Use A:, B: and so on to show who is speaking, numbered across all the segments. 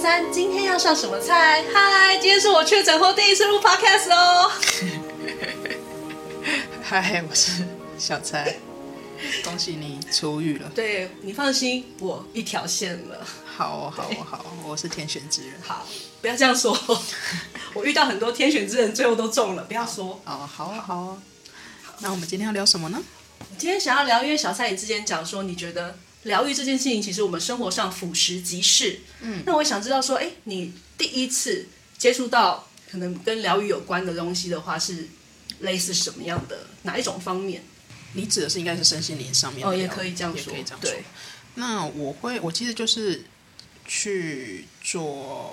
A: 餐今天要上什么菜？嗨，今天是我确诊后第一次录 podcast 哦。
B: 嗨，我是小蔡，恭喜你出狱了。
A: 对你放心，我一条线了。
B: 好哦，好哦，好哦，我是天选之人。
A: 好，不要这样说， 我遇到很多天选之人，最后都中了。不要说，
B: 哦，好啊，好啊。那我们今天要聊什么呢？
A: 我今天想要聊，因为小蔡你之前讲说，你觉得疗愈这件事情，其实我们生活上俯拾即是。嗯，那我想知道说，哎，你第一次接触到可能跟疗愈有关的东西的话，是类似什么样的哪一种方面？
B: 你指的是应该是身心灵上面的
A: 哦，
B: 疗愈
A: 也可以这样
B: 也
A: 说，
B: 可以这样说
A: 对。，
B: 那我会，我其实就是去做，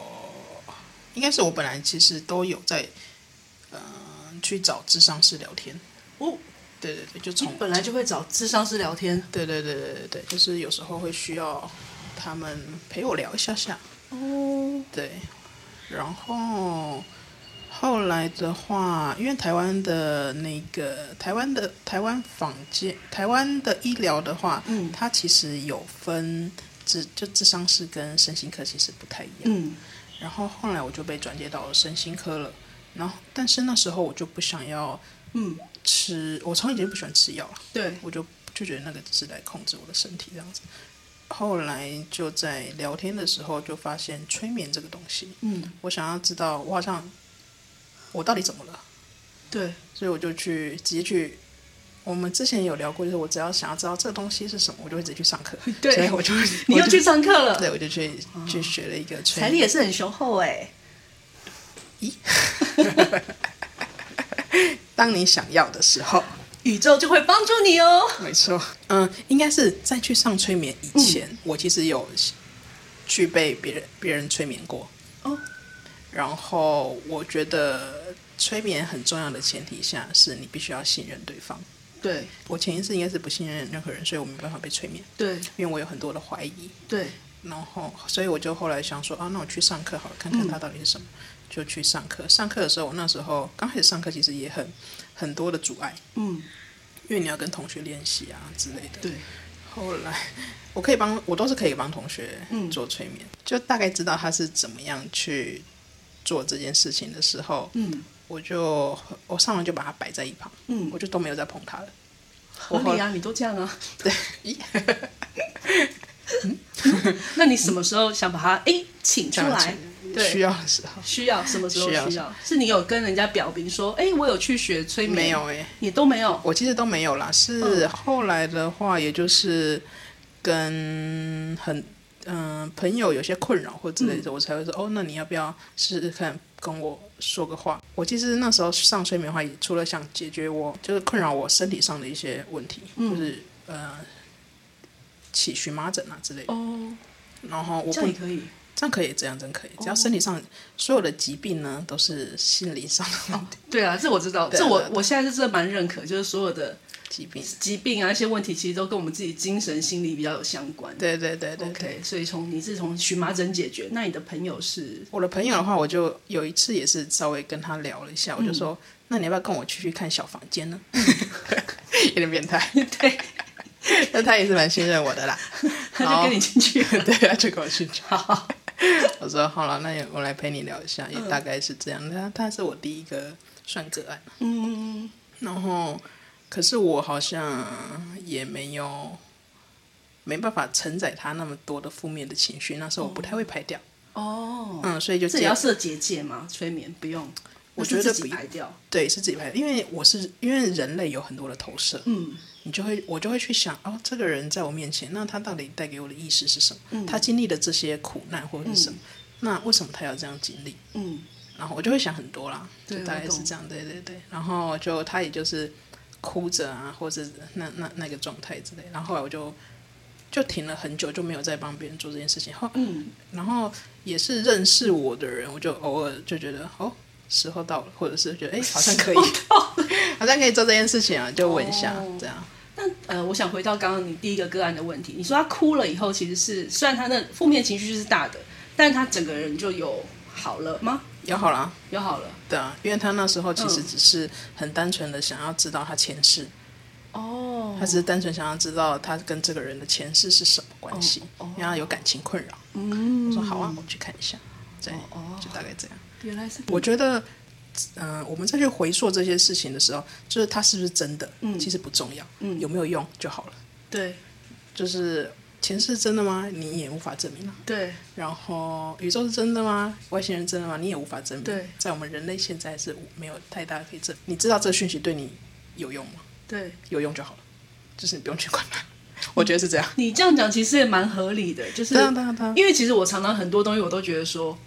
B: 应该是我本来其实都有在，嗯、去找智商师聊天。
A: 哦，
B: 对对对，就
A: 你
B: 从
A: 本来就会找智商师聊天。
B: 对对对对对对，就是有时候会需要他们陪我聊一下下。
A: 哦，
B: 对，然后后来的话，因为台湾的那个台湾的台湾坊间台湾的医疗的话，
A: 嗯
B: 它其实有分智就智商师跟身心科其实不太一样。
A: 嗯，
B: 然后后来我就被转接到了身心科了，然后但是那时候我就不想要，
A: 嗯，
B: 吃我从以前就不喜欢吃药了。
A: 对，
B: 我就就觉得那个只是来控制我的身体这样子。后来就在聊天的时候就发现催眠这个东西，
A: 嗯，
B: 我想要知道我好像我到底怎么了，
A: 对，
B: 所以我就去直接去。我们之前有聊过，就是我只要想要知道这个东西是什么，我就会直接去上课。
A: 对
B: 所以我就
A: 你
B: 我
A: 又
B: 就
A: 去上课了，哦
B: 对，我就去去学了一个催
A: 财力
B: 眠。
A: 也是很雄厚哎、
B: 当你想要的时候，
A: 宇宙就会帮助你哦。
B: 没错，嗯，应该是在去上催眠以前，
A: 嗯
B: 我其实有去被别人别人催眠过。
A: 哦，
B: 然后我觉得催眠很重要的前提下，是你必须要信任对方。
A: 对
B: 我前一次应该是不信任任何人，所以我没办法被催眠，
A: 对
B: 因为我有很多的怀疑。
A: 对，
B: 然后，所以我就后来想说啊，那我去上课好了，看看它到底是什么，就去上课。上课的时候，我那时候刚开始上课其实也很很多的阻碍，
A: 嗯
B: 因为你要跟同学练习啊之类的。
A: 对，
B: 后来我可以帮，我都是可以帮同学做催眠，就大概知道他是怎么样去做这件事情的时候，
A: 嗯
B: 我就我上完就把它摆在一旁，
A: 嗯，
B: 我就都没有再碰它了。
A: 合理啊，你都这样 啊。
B: 对，
A: 嗯 那你什么时候想把它诶请出
B: 当
A: 来
B: 然？需
A: 对，
B: 要的时候
A: 需要什么时候
B: 需要
A: 需要？是你有跟人家表明说，诶，我有去学催眠，
B: 没有，哎、
A: 也都没有。
B: 我其实都没有啦。是后来的话，也就是跟很嗯、朋友有些困扰或之类
A: 嗯
B: 的，我才会说哦，那你要不要试试看跟我说个话？我其实那时候上催眠的话，也除了想解决我就是困扰我身体上的一些问题，
A: 嗯
B: 就是呃起荨麻疹啊之类的。
A: 哦，
B: 然后我
A: 这
B: 不
A: 样也可以。
B: 这样可以，这样真可以。只要身体上、所有的疾病呢，都是心理上的
A: 对啊，这我知道，
B: 对啊
A: 这
B: 对
A: 我
B: 啊
A: 我现在是真的蛮认可，就是所有的
B: 疾病。
A: 疾病啊，一些问题其实都跟我们自己精神心理比较有相关。
B: 对对对对对。
A: OK，所以从你是从荨麻疹解决，那你的朋友是
B: 我的朋友的话，我就有一次也是稍微跟他聊了一下，我就说，那你要不要跟我去去看小房间 呢？有点变态，
A: 对，
B: 但 他也是蛮信任我 的啦。
A: 他就跟你进去了。
B: 对，他就跟我去讲，
A: 好，
B: 我说好了，那也我来陪你聊一下，也大概是这样。他他是我第一个算个案，
A: 嗯，
B: 然后可是我好像也没有没办法承载他那么多的负面的情绪，那时候我不太会排掉，
A: 哦，
B: 嗯，所以就
A: 这
B: 直
A: 也
B: 接
A: 要设结界吗？催眠不用，那
B: 我
A: 是
B: 觉得
A: 自
B: 不
A: 己
B: 用
A: 排掉。
B: 对是自己排掉，因为我是因为人类有很多的投射，
A: 嗯
B: 你就会我就会去想，哦，这个人在我面前，那他到底带给我的意识是什么？他经历的这些苦难或者是什么？那为什么他要这样经历？
A: 嗯，
B: 然后我就会想很多啦，就
A: 对
B: 大概
A: 我懂
B: 是这样，对对对。然后就他也就是哭着啊，或者是那那那个状态之类。然后后来我就就停了很久，就没有再帮别人做这件事情。后
A: 嗯，
B: 然后也是认识我的人，我就偶尔就觉得哦，时候到了，或者是觉得哎，好像 可以， 好像可以做这件事情啊，就问一下、
A: 哦
B: 这样。
A: 那呃，我想回到刚刚你第一个个案的问题，你说他哭了以后，其实是虽然他的负面情绪是大的，但他整个人就有好了吗？
B: 有好啦，
A: 有好了。
B: 对啊，因为他那时候其实
A: 嗯
B: 只是很单纯的想要知道他前世，
A: 哦，
B: 他只是单纯想要知道他跟这个人的前世是什么关系，
A: 哦哦
B: 因为他有感情困扰。
A: 嗯，
B: 我说好啊，我去看一下，这样、
A: 哦
B: 就大概这样。
A: 原来是
B: 我觉得，嗯、我们再去回溯这些事情的时候，就是它是不是真的，
A: 嗯
B: 其实不重要，
A: 嗯
B: 有没有用就好了。
A: 对
B: 就是前世真的吗？你也无法证明啊。
A: 对
B: 然后宇宙是真的吗？外星人真的吗？你也无法证明。
A: 对
B: 在我们人类现在是没有太大可以证明。你知道这个讯息对你有用吗？
A: 对，
B: 有用就好了，就是你不用去管它。我觉得是这样。
A: 你这样讲其实也蛮合理的，就是
B: 对啊，对啊，对啊。
A: 因为其实我常常很多东西我都觉得说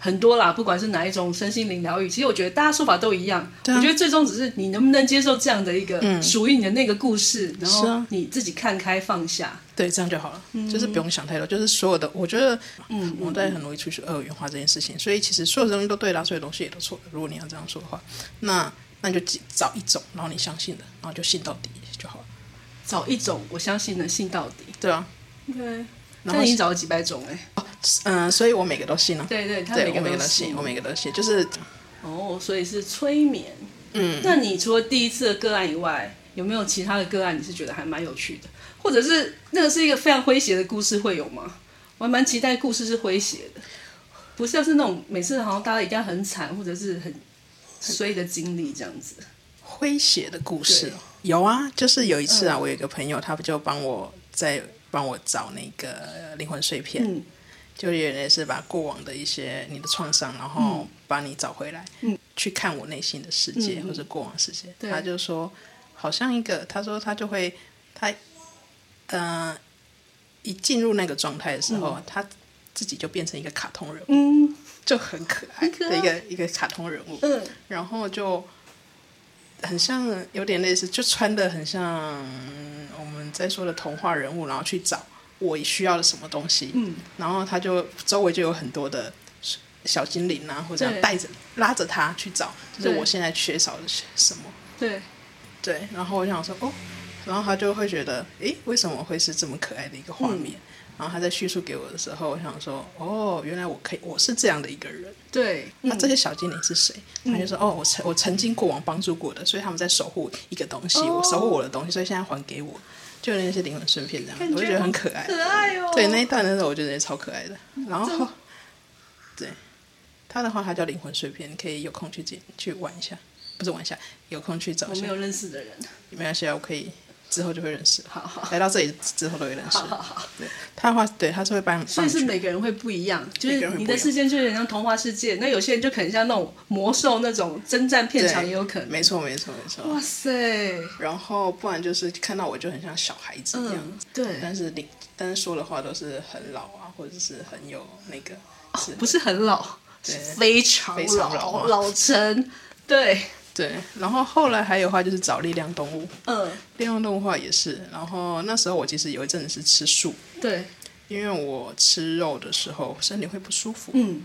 A: 很多啦，不管是哪一种身心灵疗愈，其实我觉得大家说法都一样。
B: 对啊
A: 我觉得最终只是你能不能接受这样的一个
B: 嗯
A: 属于你的那个故事，然
B: 是
A: 后
B: 啊
A: 你自己看开放下。
B: 对，这样就好了，就是不用想太多，就是所有的，我觉得，嗯，我们在很容易出去二元化这件事情，所以其实所有的东西都对啦，所有东西也都错了。如果你要这样说的话，那那你就记找一种，然后你相信的，然后就信到底就好了，
A: 找一种我相信能信到底。
B: 对啊，
A: 对，
B: 然后
A: 但你找了几百种哎、
B: 嗯、所以我每个都信了、
A: 对对，他
B: 对
A: 每
B: 我每
A: 个
B: 个都信，我每个都信，就是
A: 哦，所以是催眠。
B: 嗯，
A: 那你除了第一次的个案以外，有没有其他的个案你是觉得还蛮有趣的，或者是那个是一个非常诙谐的故事会有吗？我还蛮期待故事是诙谐的，不像是那种每次好像大家一定要很惨或者是很衰的经历这样子。
B: 诙谐的故事
A: 对
B: 有啊，就是有一次啊，我有一个朋友，他不就帮我在帮我找那个灵魂碎片，
A: 嗯
B: 就有点是把过往的一些你的创伤，然后把你找回来，去看我内心的世
A: 嗯
B: 界、
A: 嗯嗯
B: 或者过往世界。
A: 对
B: 他就说，好像一个，他说他就会他，呃，一进入那个状态的时候，他自己就变成一个卡通人物，
A: 嗯
B: 就很可爱
A: 很可爱
B: 的一个一个卡通人物，
A: 嗯，
B: 然后就很像有点类似，就穿的很像我们在说的童话人物，然后去找我需要的什么东西，
A: 嗯，
B: 然后他就周围就有很多的小精灵啊，或者
A: 对
B: 带着拉着他去找，就是
A: 对
B: 我现在缺少的是什么，
A: 对，
B: 对，然后我想说哦，然后他就会觉得，诶，为什么会是这么可爱的一个画面？
A: 嗯
B: 然后他在叙述给我的时候，我想说，哦，原来我可以，我是这样的一个人。
A: 对，嗯
B: 那、啊这些小精灵是谁？他就说：“哦，我曾我曾经过往帮助过的，所以他们在守护一个东西，
A: 哦
B: 我守护我的东西，所以现在还给我，就有点是灵魂碎片这样，
A: 感觉
B: 我就觉得很可爱。
A: 可爱哦。嗯
B: 对那一段的时候，我觉得也超可爱的。然后， 对他的话，他叫灵魂碎片，你可以有空去捡去玩一下，不是玩一下，有空去找
A: 我
B: 一下
A: 没。有认识的人，
B: 没关系啊，我可以之后就会认识。
A: 好好
B: 来到这里之后都会认识
A: 好。好好，
B: 对 他的话，对他是会帮，
A: 所以是
B: 帮你去
A: 每个人会不一样，就
B: 每
A: 是
B: 个人会
A: 你
B: 不
A: 的
B: 一样
A: 世界就有点像童话世界，那有些人就可能像那种魔兽那种征战片场
B: 对
A: 也有可能。
B: 没错，没错，没错。
A: 哇塞，
B: 然后不然就是看到我就很像小孩子一样，
A: 嗯，对，
B: 但是你但是说的话都是很老啊，或者是很有那个，是
A: 哦不是很老，
B: 对
A: 是非常
B: 非常老啊
A: 老成，对，
B: 对。然后后来还有话就是找力量动物，
A: 嗯，
B: 力量动物的话也是。然后那时候我其实有一阵子是吃素，
A: 对，
B: 因为我吃肉的时候身体会不舒服，
A: 嗯，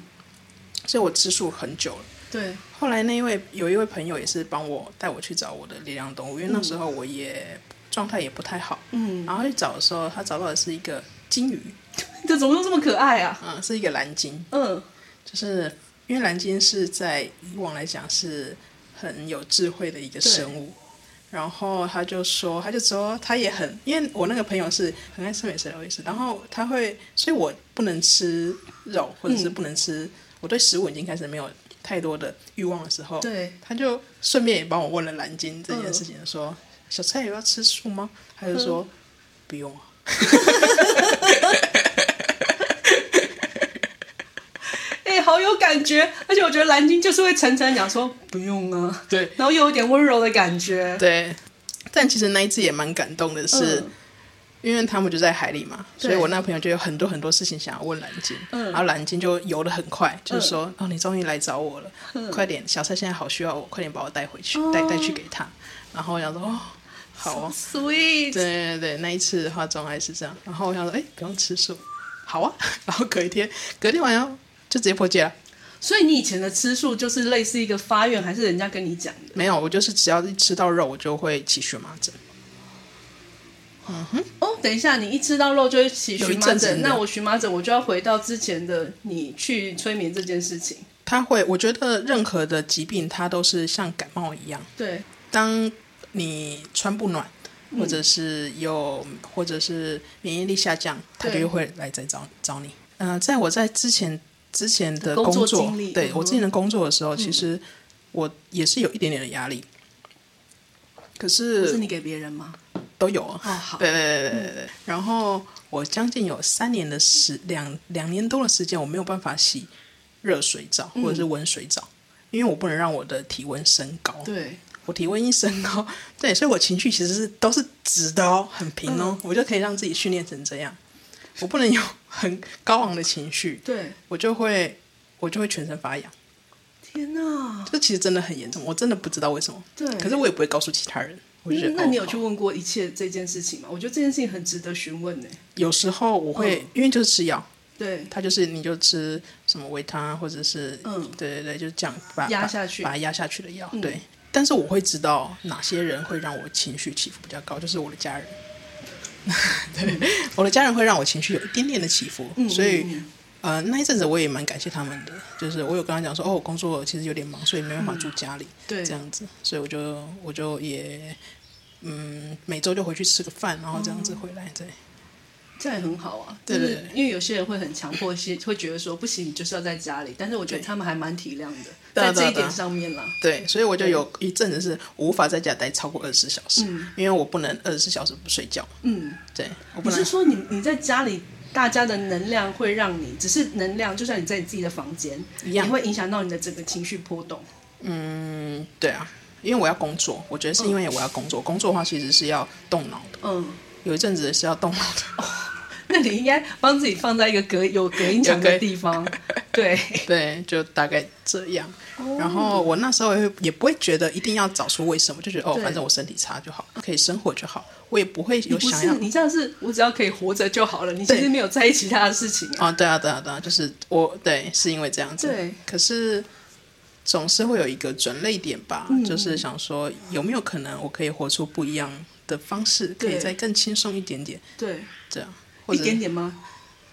B: 所以我吃素很久了。
A: 对，
B: 后来那一位有一位朋友也是帮我带我去找我的力量动物，因为那时候我也、状态也不太好，
A: 嗯，
B: 然后去找的时候，他找到的是一个金鱼，
A: 这怎么都这么可爱啊？
B: 嗯，是一个蓝鲸。
A: 嗯，
B: 就是因为蓝鲸是在以往来讲是很有智慧的一个生物，然后他就说，他就说他也很，因为我那个朋友是很爱吃美食的，我也是，然后他会，所以我不能吃肉，或者
A: 嗯
B: 是不能吃，我对食物已经开始没有太多的欲望的时候，
A: 对，嗯
B: 他就顺便也帮我问了蓝鲸这件事情，说、小蔡有要吃素吗？他就说、不用啊。
A: 哎、好有感觉，而且我觉得蓝鲸就是会沉沉地讲说不用啊，
B: 对
A: 然后又有点温柔的感觉，
B: 对，但其实那一次也蛮感动的是，
A: 嗯
B: 因为他们就在海里嘛，
A: 对
B: 所以我那朋友就有很多很多事情想要问蓝鲸，
A: 嗯
B: 然后蓝鲸就游得很快，就是说、哦，你终于来找我了，
A: 嗯
B: 快点，小蔡现在好需要我，快点把我带回
A: 哦
B: 去，带带去给他。然后我想说哦，好哦，
A: s w e e
B: 对
A: t
B: 对对，那一次的话总还是这样。然后我想说，哎，不用吃素，好啊。 然后隔一天，隔天晚上就直接破戒了。
A: 所以你以前的吃素就是类似一个发愿，还是人家跟你讲的？
B: 没有，我就是只要一吃到肉，我就会起荨麻疹。嗯
A: 哦，等一下，你一吃到肉就会起
B: 有一
A: 荨麻
B: 阵子
A: 疹，
B: 的
A: 那我荨麻疹我就要回到之前的你去催眠这件事情，
B: 它会，我觉得任何的疾病它都是像感冒一样，
A: 对，
B: 当你穿不暖，
A: 嗯
B: 或者是有或者是免疫力下降，他
A: 对
B: 就会来再找找你。嗯、在我在之前之前的
A: 工
B: 工
A: 作
B: 作，
A: 经历
B: 对
A: 嗯
B: 我之前的工作的时候，其实我也是有一点点的压力，可
A: 不是嗯
B: 是
A: 你给别人吗？
B: 都有啊。
A: 哦，好，
B: 对对对对对对。然后我将近有三年的时两两年多的时间，我没有办法洗热水澡
A: 嗯
B: 或者是温水澡，因为我不能让我的体温升高。
A: 对，
B: 我体温一升高， 对，所以我情绪其实是都是直的哦，很平
A: 嗯
B: 哦，我就可以让自己训练成这样。我不能有很高昂的情绪，
A: 对，
B: 我就会我就会全身发痒，
A: 天哪，
B: 这其实真的很严重，我真的不知道为什么，
A: 对。
B: 可是我也不会告诉其他人。我就觉得
A: 嗯那你有
B: 哦
A: 去问过一切这件事情吗？我觉得这件事情很值得询问呢。
B: 有时候我会、
A: 嗯
B: 因为就是吃药，
A: 对，
B: 它就是你就吃什么维他或者是
A: 嗯
B: 对对对，就是这样把
A: 压
B: 把
A: 下去嗯
B: 把它压下去的药，对。但是我会知道哪些人会让我情绪起伏比较高，就是我的家人。 对，我的家人会让我情绪有一点点的起伏，所以
A: 嗯
B: 呃那一阵子我也蛮感谢他们的，就是我有跟他讲说哦，我工作其实有点忙，所以没办法住家里、
A: 嗯对
B: 这样子，所以我就我就也嗯每周就回去吃个饭，然后这
A: 哦
B: 样子回来，对。
A: 这样也很好啊。
B: 对
A: 就
B: 对
A: 是因为有些人会很强迫性，会觉得说不行，你就是要在家里。但是我觉得
B: 对
A: 他们还蛮体谅的，
B: 对
A: 在
B: 啊
A: 这
B: 对啊
A: 一
B: 对啊
A: 点上面啦。
B: 对，所以我就有一阵子是我无法在家待超过二十小时，因为我不能二十四小时不睡觉。
A: 嗯，
B: 对，我不
A: 你是
B: 能。
A: 说你你在家里，大家的能量会让你，只是能量，就像你在你自己的房间
B: 一样
A: 也会影响到你的整个情绪波动。
B: 嗯，对啊，因为我要工作，我觉得是因为我要工作。工作的话其实是要动脑的，
A: 嗯，
B: 有一阵子是要动 脑的。
A: 那你应该帮自己放在一个隔有隔音墙的地 方。对，
B: 对，就大概这样。
A: 哦
B: 然后我那时候也也不会觉得一定要找出为什么，就觉得哦，
A: 对
B: 反正我身体差就好，可以生活就好，我也不会
A: 你
B: 有
A: 不
B: 想
A: 是
B: 要。
A: 你这样是，我只要可以活着就好了。你其实
B: 对
A: 没有在意其他的事情、啊。
B: 哦，对啊，对啊，对啊，就是我对，是因为这样子。
A: 对，
B: 可是总是会有一个转泪点吧，
A: 嗯
B: 就是想说有没有可能我可以活出不一样的方式，可
A: 对
B: 以再更轻松一点点，
A: 对，
B: 这样或
A: 一
B: 者
A: 点哦点吗？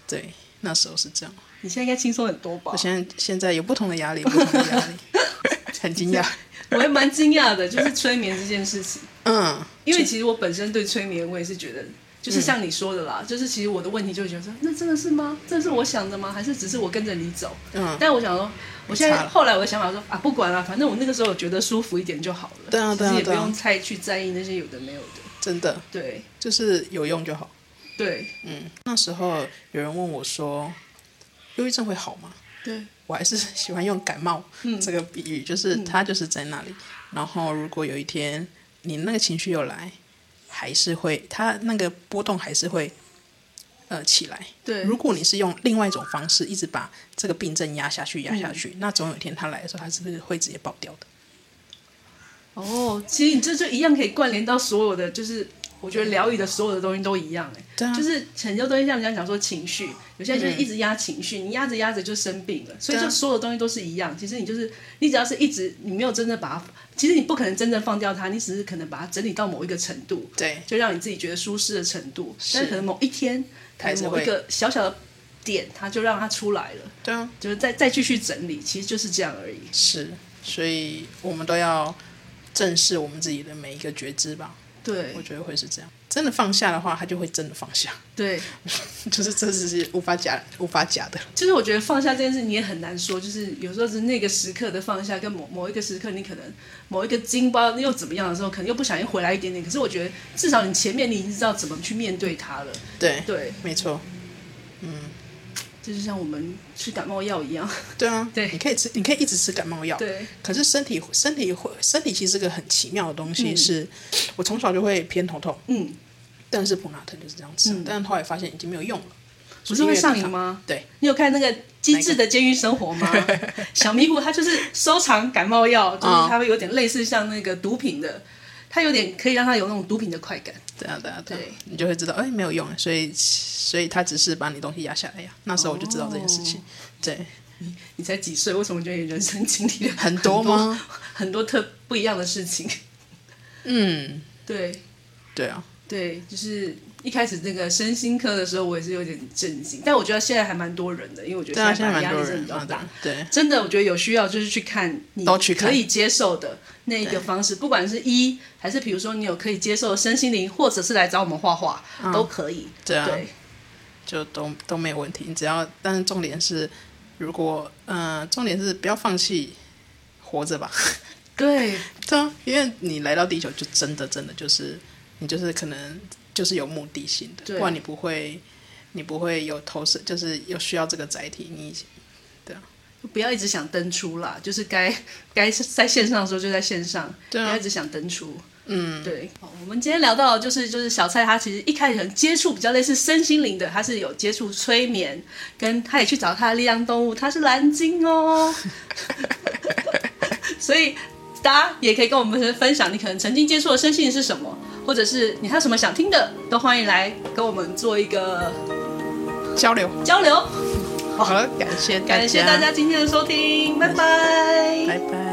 B: 对，那时候是这样。
A: 你现在应该轻松很多吧
B: 我？现在现在有不同的压力，不同的 压力，很惊讶。
A: 我还蛮惊讶的，就是催眠这件事情，
B: 嗯，
A: 因为其实我本身对催眠，我也是觉得，就是像你说的啦，就是其实我的问题就会觉得说，那真的是吗？这是我想的吗？还是只是我跟着你走？
B: 嗯，
A: 但我想说，我现
B: 没差
A: 在
B: 了
A: 后来我的想法说啊，不管了，反正我那个时候觉得舒服一点就好了，
B: 对啊对啊
A: 其实也不
B: 对啊
A: 用太去在意那些有的没有的，
B: 真的
A: 对
B: 就是有用就好。
A: 对
B: 嗯，那时候有人问我说，忧郁症会好吗？
A: 对，
B: 我还是喜欢用感冒这个比喻，就是它就是在那里。然后如果有一天你那个情绪又来，还是会它那个波动还是会呃起来。
A: 对
B: 如果你是用另外一种方式一直把这个病症压下去、压下去，那总有一天它来的时候，它是不是会直接爆掉的？
A: 哦，其实你这就一样可以关联到所有的，就是我觉得疗愈的所有的东西都一样、哎。
B: 对啊，
A: 就是很多东西像人家讲说情绪，有些人就是一直压情绪，你压着压着就生病了，所以
B: 嗯对
A: 就
B: 啊
A: 所有东西都是一样。其实你就是你只要是一直你没有真的把它，其实你不可能真正放掉它，你只是可能把它整理到某一个程度，
B: 对
A: 就让你自己觉得舒适的程度。但是可能某一天，可
B: 还
A: 能
B: 是
A: 某
B: 会
A: 一个小小的点，它就让它出来了，
B: 对啊，
A: 就是再再继续整理，其实就是这样而已。
B: 是，所以我们都要正视我们自己的每一个觉知吧。
A: 对
B: 我觉得会是这样。真的放下的话，它就会真的放下，
A: 对，
B: 就是这只是无法假无法假的。
A: 就是我觉得放下这件事，你也很难说。就是有时候是那个时刻的放下，跟某某一个时刻，你可能某一个惊包又怎么样的时候，可能又不小心回来一点点。可是我觉得至少你前面你已经知道怎么去面对它了。
B: 对，
A: 对，
B: 没错，
A: 这就像我们吃感冒药一 样。
B: 对啊，
A: 对
B: 你可以吃，你可以一直吃感冒药，
A: 对，
B: 可是身体身体会身体其实是个很奇妙的东西，
A: 嗯
B: 是我从小就会偏头痛，
A: 嗯，
B: 但是普拿疼就是这样吃，
A: 嗯
B: 但后来发现已经没有用了，
A: 不是会上瘾吗？
B: 对，
A: 你有看那个《机智的监狱生活》吗？ 小迷糊他就是收藏感冒药，就是
B: 嗯
A: 他会有点类似像那个毒品的，他有点可以让他有那种毒品的快感。
B: 对啊对啊对啊
A: 对
B: 你就会知道哎没有用了，所以所以他只是把你东西压下来呀，那时候我就知道这件事
A: 哦
B: 情，对，
A: 你才几岁？为什么觉得你人生经历了
B: 很多吗？
A: 很多特不一样的事情？
B: 嗯，
A: 对
B: 对啊，
A: 对，就是一开始那个身心科的时候，我也是有点震惊，但我觉得现在还蛮多人的，因为我觉
B: 对
A: 得
B: 啊，
A: 现
B: 现
A: 在
B: 在
A: 本来
B: 蛮
A: 压力
B: 多
A: 是
B: 人
A: 比较大。
B: 对，
A: 真的，我觉得有需要就是去看你
B: 都去看
A: 可以接受的那一个方式，不管是医还是比如说你有可以接受的身心灵，或者是来找我们画画、都可以。
B: 嗯对啊，
A: 对，
B: 就都都没有问题。你只要，但是重点是，如果嗯、呃重点是不要放弃活着吧。
A: 对，
B: 对啊，因为你来到地球就真的真的就是你就是可能就是有目的性的，
A: 对
B: 不然你不会你不会有投射，就是有需要这个载体，你
A: 不要一直想登出啦，就是该 该在线上的时候就在线上，
B: 对啊
A: 不要一直想登出。嗯，对。好，我们今天聊到的就是就是小蔡，他其实一开始可能接触比较类似身心灵的，他是有接触催眠，跟他也去找他的力量动物，他是蓝鲸 哦，所以。大家也可以跟我们分享你可能曾经接触的身心灵是什么，或者是你还有什么想听的，都欢迎来跟我们做一个
B: 交流。
A: 交流。
B: 好了，感谢
A: 感谢大家今天的收听，拜拜。
B: 拜拜。